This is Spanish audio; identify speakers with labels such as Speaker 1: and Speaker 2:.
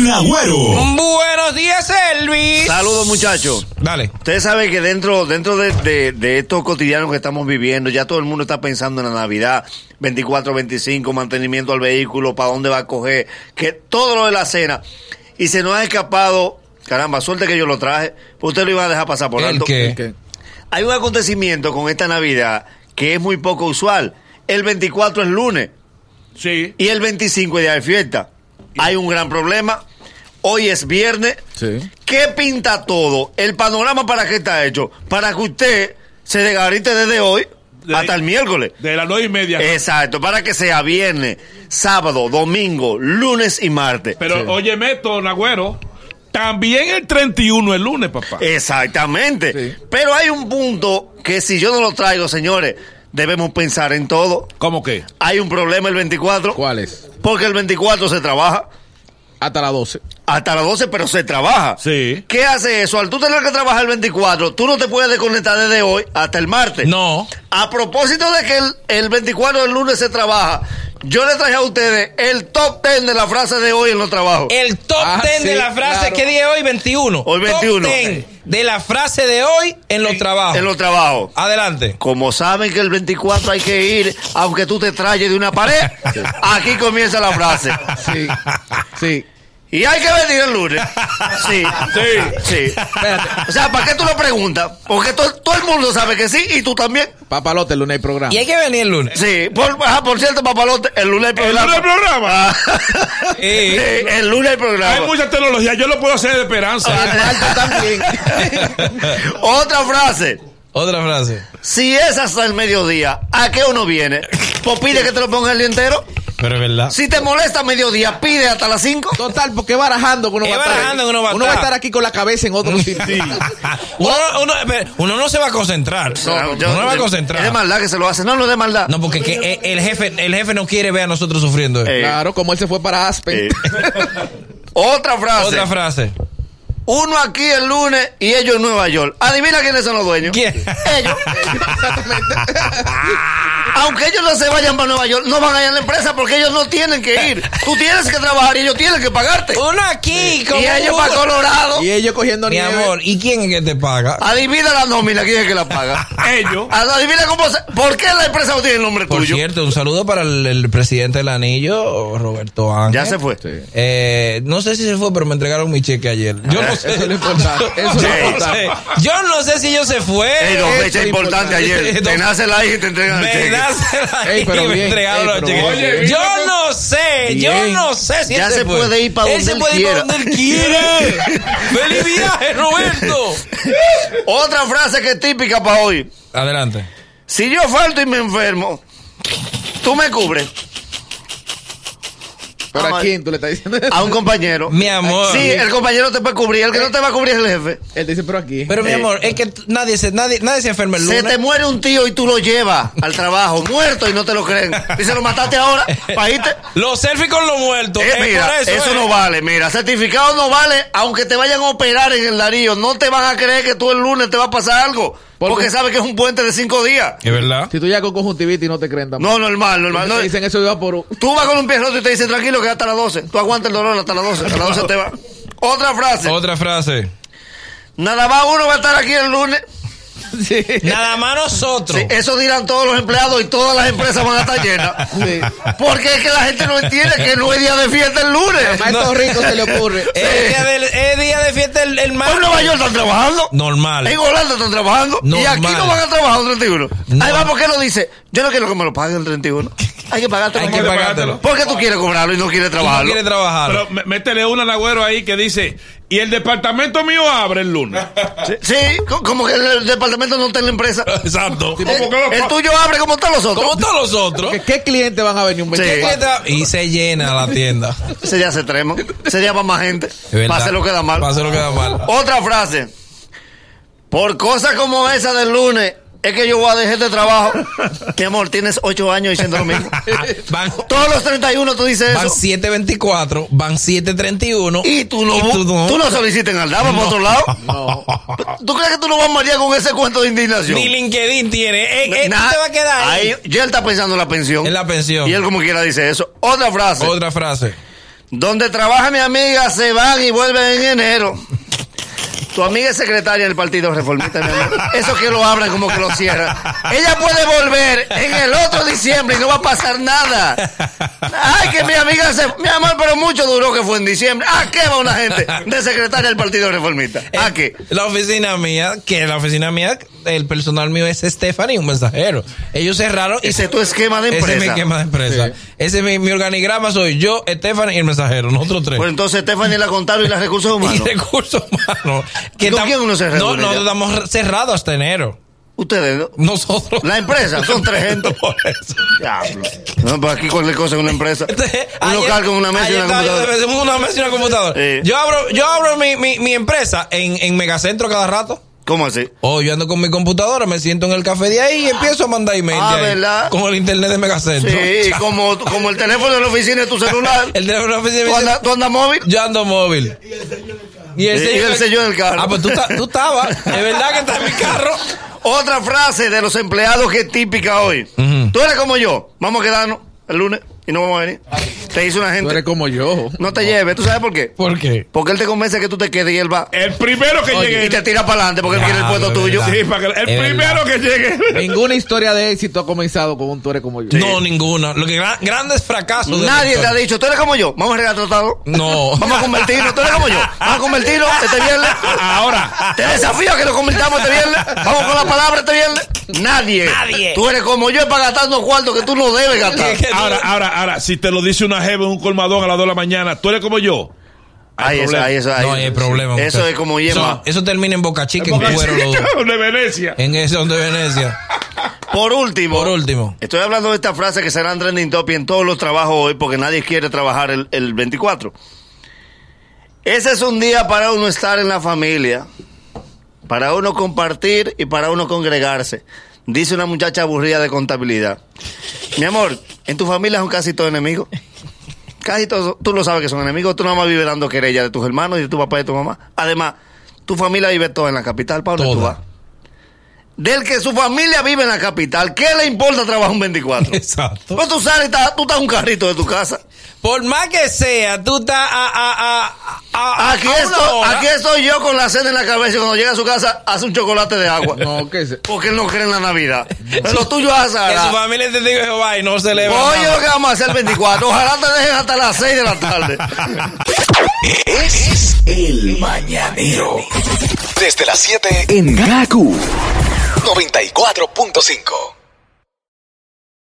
Speaker 1: Agüero.
Speaker 2: Buenos días, Elvis.
Speaker 3: Saludos muchachos.
Speaker 2: Dale.
Speaker 3: Ustedes saben que dentro, dentro de, de, de estos cotidianos que estamos viviendo, ya todo el mundo está pensando en la Navidad, 24, 25, mantenimiento al vehículo, para dónde va a coger, que todo lo de la cena. Y se nos ha escapado, caramba, suerte que yo lo traje, pues usted lo iba a dejar pasar por
Speaker 2: ¿El
Speaker 3: alto.
Speaker 2: qué?
Speaker 3: Hay un acontecimiento con esta Navidad que es muy poco usual. El 24 es lunes
Speaker 4: Sí.
Speaker 3: y el 25 es día de fiesta. Hay un gran problema. Hoy es viernes.
Speaker 1: Sí.
Speaker 3: ¿Qué pinta todo? ¿El panorama para qué está hecho? Para que usted se desgarrite desde hoy
Speaker 4: De-
Speaker 3: hasta el miércoles.
Speaker 4: De las nueve y media.
Speaker 3: Exacto, para que sea viernes, sábado, domingo, lunes y martes.
Speaker 4: Pero óyeme esto, Nagüero. También el 31 el lunes, papá.
Speaker 3: Eh, Exactamente.
Speaker 1: Sí.
Speaker 3: Pero hay un punto que si yo no lo traigo, señores, debemos pensar en todo.
Speaker 4: ¿Cómo que?
Speaker 3: Hay un problema el 24.
Speaker 1: ¿Cuál es?
Speaker 3: Porque el 24 se trabaja.
Speaker 1: Hasta las 12.
Speaker 3: Hasta las 12, pero se trabaja.
Speaker 4: Sí.
Speaker 3: ¿Qué hace eso? Al tú tener que trabajar el 24, tú no te puedes desconectar desde hoy hasta el martes.
Speaker 2: No.
Speaker 3: A propósito de que el, el 24 del lunes se trabaja, yo le traje a ustedes el top 10 de la frase de hoy en los trabajos.
Speaker 4: Eh,
Speaker 2: El top
Speaker 1: Ah,
Speaker 2: 10 de
Speaker 1: sí,
Speaker 2: la frase.
Speaker 1: claro.
Speaker 2: ¿Qué día es hoy? 21.
Speaker 3: Hoy 21.
Speaker 2: Top 10 de la frase de hoy en los trabajos.
Speaker 3: En los trabajos.
Speaker 2: Adelante.
Speaker 3: Como saben que el 24 hay que ir, aunque tú te trayes de una pared, aquí comienza la frase.
Speaker 1: Sí. Sí.
Speaker 3: Y hay que venir el lunes. Sí.
Speaker 4: Sí.
Speaker 3: Sí. O sea, ¿para qué tú lo preguntas? Porque to- todo el mundo sabe que sí y tú también.
Speaker 1: Papalote, el lunes hay programa.
Speaker 2: Y hay que venir el lunes.
Speaker 3: Sí, por, ajá, por cierto, papalote, el lunes hay
Speaker 4: El
Speaker 3: programa.
Speaker 4: lunes programa.
Speaker 3: Ah.
Speaker 2: Eh.
Speaker 3: Sí, el lunes hay programa.
Speaker 4: Hay mucha tecnología. Yo lo puedo hacer de
Speaker 3: Ah,
Speaker 4: esperanza.
Speaker 2: Ah,
Speaker 1: El martes también.
Speaker 3: Otra frase.
Speaker 2: Otra frase.
Speaker 3: Si es hasta el mediodía, ¿a qué uno viene? Pues pide que te lo ponga el día entero.
Speaker 2: Pero es verdad.
Speaker 3: Si te molesta mediodía, pide hasta las 5.
Speaker 1: Total, porque barajando que uno
Speaker 2: Es
Speaker 1: va a estar.
Speaker 2: barajando que uno va a estar.
Speaker 1: aquí con la cabeza en otro sitio.
Speaker 2: Uno, uno- pero uno no se va a concentrar. uno no va a
Speaker 3: Es de
Speaker 2: concentrar.
Speaker 3: maldad que se lo hace. No, no es de maldad.
Speaker 2: No, porque que e- el jefe el jefe no quiere ver a nosotros sufriendo.
Speaker 3: Eh,
Speaker 1: Claro, como él se fue para Aspen.
Speaker 3: eh. Otra frase.
Speaker 2: Otra frase.
Speaker 3: Uno aquí el lunes y ellos en Nueva York. Adivina quiénes son los dueños.
Speaker 2: ¿Quién?
Speaker 3: Ellos. Aunque ellos no se vayan para Nueva York, no van a ir a la empresa porque ellos no tienen que ir. Tú tienes que trabajar y ellos tienen que pagarte.
Speaker 2: Uno aquí como
Speaker 3: Y ellos para Colorado.
Speaker 1: Y ellos cogiendo
Speaker 2: Mi
Speaker 1: nieve.
Speaker 2: amor, ¿y quién es que te paga?
Speaker 3: Ah, Adivina la nómina, ¿quién es que la paga?
Speaker 4: Ellos.
Speaker 3: Ah, no, Adivina cómo se... ¿Por qué la empresa no tiene el nombre
Speaker 2: Por
Speaker 3: tuyo?
Speaker 2: cierto, un saludo para el, el presidente del anillo, Roberto Ángel.
Speaker 3: Ya se fue.
Speaker 2: Eh, no sé si se fue, pero me entregaron mi cheque ayer. Yo no sé.
Speaker 1: Eso es lo importante. Eso
Speaker 3: Sí.
Speaker 1: es lo
Speaker 2: Yo no sé.
Speaker 1: importante.
Speaker 2: Yo no sé si yo se fue.
Speaker 3: Ey, no,
Speaker 1: Eso
Speaker 3: fecha
Speaker 1: es
Speaker 3: importante
Speaker 1: importante.
Speaker 3: ayer. Te
Speaker 2: Don-
Speaker 3: nace la hija y te entregan el
Speaker 2: Me
Speaker 3: cheque.
Speaker 2: nace la-
Speaker 1: Ey, pero
Speaker 2: y me
Speaker 1: bien,
Speaker 2: entregaron
Speaker 1: ey,
Speaker 2: los
Speaker 1: pero
Speaker 2: cheques.
Speaker 4: bien.
Speaker 2: yo no sé, yo
Speaker 1: Bien.
Speaker 2: no sé si
Speaker 3: Ya
Speaker 2: él
Speaker 3: se
Speaker 2: fue.
Speaker 3: puede ir pa'
Speaker 2: Él se
Speaker 3: donde él
Speaker 2: puede ir pa'
Speaker 3: quiera.
Speaker 2: donde él quiere. ¡Feliz viaje, Roberto!
Speaker 3: Otra frase que es típica para hoy.
Speaker 2: Adelante.
Speaker 3: Si yo falto y me enfermo, tú me cubres.
Speaker 1: ¿Pero
Speaker 3: Ah,
Speaker 1: a quién tú le estás diciendo?
Speaker 3: A un compañero.
Speaker 2: Mi amor.
Speaker 3: Sí, el compañero te puede cubrir. El que no te va a cubrir es el jefe.
Speaker 1: Él dice, pero aquí.
Speaker 2: Pero mi amor, es que t- nadie se, nadie, nadie se enferma el
Speaker 3: Eh, Se
Speaker 2: lunes.
Speaker 3: te muere un tío y tú lo llevas al trabajo, muerto y no te lo creen. Dice, lo mataste ahora, pa' irte.
Speaker 2: Los selfies con los muertos.
Speaker 3: Eh,
Speaker 2: es por
Speaker 3: mira, eso,
Speaker 2: eso, eh.
Speaker 3: no vale, mira, certificado no vale, aunque te vayan a operar en el Darío, no te van a creer que tú el lunes te va a pasar algo,
Speaker 1: ¿Por
Speaker 3: porque
Speaker 1: qué?
Speaker 3: sabes que es un puente de cinco días.
Speaker 2: Es verdad.
Speaker 1: Si tú ya con conjuntivitis no te creen tampoco.
Speaker 3: No, normal, normal. no.
Speaker 1: Te dicen eso iba por un.
Speaker 3: tú vas con un pie roto y te dicen tranquilo que hasta las 12, tú aguantas el dolor hasta las 12, hasta las 12 te va. Otra frase,
Speaker 2: Otra frase.
Speaker 3: nada más uno va a estar aquí el lunes,
Speaker 1: Sí.
Speaker 2: Nada más nosotros.
Speaker 3: Sí, eh, eso dirán todos los empleados y todas las empresas van a estar llenas.
Speaker 1: Sí.
Speaker 3: Porque es que la gente no entiende que no es día de fiesta el lunes.
Speaker 1: A estos ricos se le ocurre.
Speaker 2: Es, día del- es día de fiesta el, el
Speaker 3: En
Speaker 2: martes.
Speaker 3: Nueva York están trabajando.
Speaker 2: Normal.
Speaker 3: En Holanda están trabajando. Y
Speaker 2: Normal.
Speaker 3: aquí no van a trabajar el 31.
Speaker 2: No.
Speaker 3: Además, ¿por qué lo dice? Yo no quiero que me lo paguen el 31. Hay que pagártelo.
Speaker 2: Hay que
Speaker 3: ¿Por qué?
Speaker 2: pagártelo.
Speaker 3: ¿Por qué tú quieres cobrarlo y no quieres
Speaker 2: Y no
Speaker 3: trabajarlo?
Speaker 2: quiere trabajar.
Speaker 4: Pero mé- métele una, Nagüero, ahí que dice. Y el departamento mío abre el lunes.
Speaker 3: Sí, co- como que el departamento no está en la empresa. Eh,
Speaker 2: Exacto.
Speaker 4: ¿Cómo que
Speaker 3: El
Speaker 4: lo-
Speaker 3: tuyo abre como están los otros.
Speaker 2: Como todos los otros.
Speaker 1: ¿Qué, qué clientes van a venir un
Speaker 3: Sí.
Speaker 1: 24?
Speaker 2: Y se llena la tienda.
Speaker 3: Ese día se extremo. Ese día va más gente.
Speaker 2: Es verdad.
Speaker 3: Pase lo que da mal.
Speaker 2: Pase lo que da mal.
Speaker 3: Otra frase. Por cosas como esa del lunes, es que yo voy a dejar este trabajo. Mi amor, tienes ocho años diciendo lo mismo.
Speaker 2: Van,
Speaker 3: Todos los 31 tú dices
Speaker 2: van
Speaker 3: eso.
Speaker 2: 7.24, van 7.31.
Speaker 3: Y tú no,
Speaker 2: tú no.
Speaker 3: tú no soliciten al dama por otro lado. ¿Tú crees que tú no vas a marear con ese cuento de indignación?
Speaker 2: Ni LinkedIn tiene. Eh, eh, tú
Speaker 3: Nah,
Speaker 2: te va a quedar ahí.
Speaker 3: ahí. Ya él está pensando en la pensión.
Speaker 2: En la pensión.
Speaker 3: Y él como quiera dice eso. Otra frase.
Speaker 2: Otra frase.
Speaker 3: Donde trabaja mi amiga se van y vuelven en enero. Tu amiga es secretaria del Partido Reformista. mi amor. Eso que lo abran como que lo cierran. Ella puede volver en el otro diciembre y no va a pasar nada. Ay, que mi amiga se... Mi amor, pero mucho duró que fue en diciembre. ¿A qué va una gente de secretaria del Partido Reformista? ¿A Ah, qué?
Speaker 2: Eh, La oficina mía, que la oficina mía, el personal mío es Stephanie, un mensajero. Ellos cerraron y
Speaker 3: Ese es tu esquema de
Speaker 2: Ese es mi
Speaker 3: empresa.
Speaker 2: esquema de empresa. Ese es mi, mi organigrama, soy yo, Stephanie y el mensajero, nosotros tres.
Speaker 3: Pues entonces Stephanie la contable y los recursos
Speaker 2: y
Speaker 3: humanos.
Speaker 2: recursos humanos. que
Speaker 3: ¿Con
Speaker 2: tam-
Speaker 3: quién uno se
Speaker 2: No,
Speaker 3: reúne
Speaker 2: no,
Speaker 3: ya?
Speaker 2: estamos cerrados hasta enero.
Speaker 3: Ustedes, ¿no?
Speaker 2: Nosotros.
Speaker 3: La empresa, son tres gente.
Speaker 2: Por eso.
Speaker 3: Diablo. No, pues aquí cualquier cosa en una empresa.
Speaker 2: Entonces,
Speaker 3: Un
Speaker 2: ayer-
Speaker 3: local con una mesa y
Speaker 2: ayer
Speaker 3: una
Speaker 2: estaba yo
Speaker 3: computadora.
Speaker 2: de- una mesa y una computadora.
Speaker 3: Sí.
Speaker 2: Yo abro, yo abro mi, mi, mi empresa en, en Megacentro cada rato.
Speaker 3: ¿Cómo así?
Speaker 2: O yo ando con mi computadora, me siento en el café de ahí y empiezo a mandar email de
Speaker 3: Ah,
Speaker 2: ahí,
Speaker 3: ¿verdad?
Speaker 2: con el internet de Megacentro.
Speaker 3: Sí,
Speaker 2: Chao.
Speaker 3: como, como el teléfono de la oficina es tu celular.
Speaker 2: El teléfono de la oficina me
Speaker 3: ¿Tú
Speaker 2: dice,
Speaker 3: andas, tú andas móvil?
Speaker 2: yo ando móvil. Y
Speaker 3: Y- y el sello del carro.
Speaker 2: Ah, pues tú, ta- tú estabas. Es verdad que está en mi carro.
Speaker 3: Otra frase de los empleados que es típica hoy.
Speaker 2: Ujú.
Speaker 3: Tú eres como yo. Vamos a quedarnos el lunes y no vamos a venir. Te dice una
Speaker 1: Tú eres
Speaker 3: gente.
Speaker 1: como yo.
Speaker 3: No te lleves. ¿Tú sabes por qué?
Speaker 2: ¿Por qué?
Speaker 3: Porque él te convence que tú te quedes y él va.
Speaker 4: El primero que
Speaker 1: Oye,
Speaker 4: llegue.
Speaker 3: Y te tira para adelante porque él quiere el
Speaker 2: Diablo,
Speaker 3: puesto tuyo.
Speaker 2: es
Speaker 4: Sí, para que- el
Speaker 2: Es verdad.
Speaker 4: primero que llegue.
Speaker 1: Ninguna historia de éxito ha comenzado con un tú eres como yo.
Speaker 2: No, ninguna. Lo que gra- grandes fracasos. de
Speaker 3: Nadie te
Speaker 2: la
Speaker 3: ha dicho, tú eres como yo. Vamos a regalar tratado.
Speaker 2: No.
Speaker 3: Vamos a convertirnos. Tú eres como yo. Vamos a convertirnos este viernes.
Speaker 4: Ahora.
Speaker 3: Te desafío a que nos convirtamos este viernes. Vamos con la palabra este viernes. Nadie.
Speaker 2: Nadie.
Speaker 3: Tú eres como yo es para gastar unos cuartos que tú no debes gastar.
Speaker 2: Que tú-
Speaker 4: Ahora, ahora, ahora, si te lo dice una jeva en un colmadón a las 2 de la mañana, tú eres como yo.
Speaker 3: Ahí eso, ahí eso, ahí
Speaker 2: No hay
Speaker 3: eso.
Speaker 2: problema.
Speaker 3: Eso
Speaker 2: muchacho.
Speaker 3: es como
Speaker 2: Eso,
Speaker 3: yema.
Speaker 2: eso termina en Boca Chica, en
Speaker 4: Porque
Speaker 2: cuero.
Speaker 4: sí,
Speaker 2: los dos.
Speaker 4: de Venecia.
Speaker 2: En ese donde Venecia.
Speaker 3: Por último.
Speaker 2: Por último.
Speaker 3: Estoy hablando de esta frase que serán trending topic en todos los trabajos hoy porque nadie quiere trabajar el, el 24. Ese es un día para uno estar en la familia, para uno compartir y para uno congregarse. Dice una muchacha aburrida de contabilidad. Mi amor, en tu familia son casi todos enemigos. Casi todos, tú lo sabes que son enemigos. Tú nada más vives dando querella de tus hermanos y de tu papá y de tu mamá. Además, tu familia vive toda en la capital. ¿Para dónde tú
Speaker 2: Toda.
Speaker 3: vas? Del que su familia vive en la capital, ¿qué le importa trabajar un 24?
Speaker 2: Exacto.
Speaker 3: Pues tú sales, y estás- tú estás en un carrito de tu casa.
Speaker 2: Por más que sea, tú estás a, a, a, a- a-
Speaker 3: Aquí
Speaker 2: a una
Speaker 3: estoy,
Speaker 2: hora.
Speaker 3: aquí estoy yo con la cena en la cabeza y cuando llega a su casa hace un chocolate de agua.
Speaker 1: No, ¿qué es?
Speaker 3: Porque él no cree en la Navidad. Lo tuyo es
Speaker 2: Que su
Speaker 3: azar.
Speaker 2: familia es testigo de Jehová y no celebra.
Speaker 3: Oye,
Speaker 2: nada.
Speaker 3: lo que vamos a hacer el 24. Ojalá te dejen hasta las 6 de la tarde.
Speaker 5: Es el mañanero. Desde las 7 en Gaku 94.5.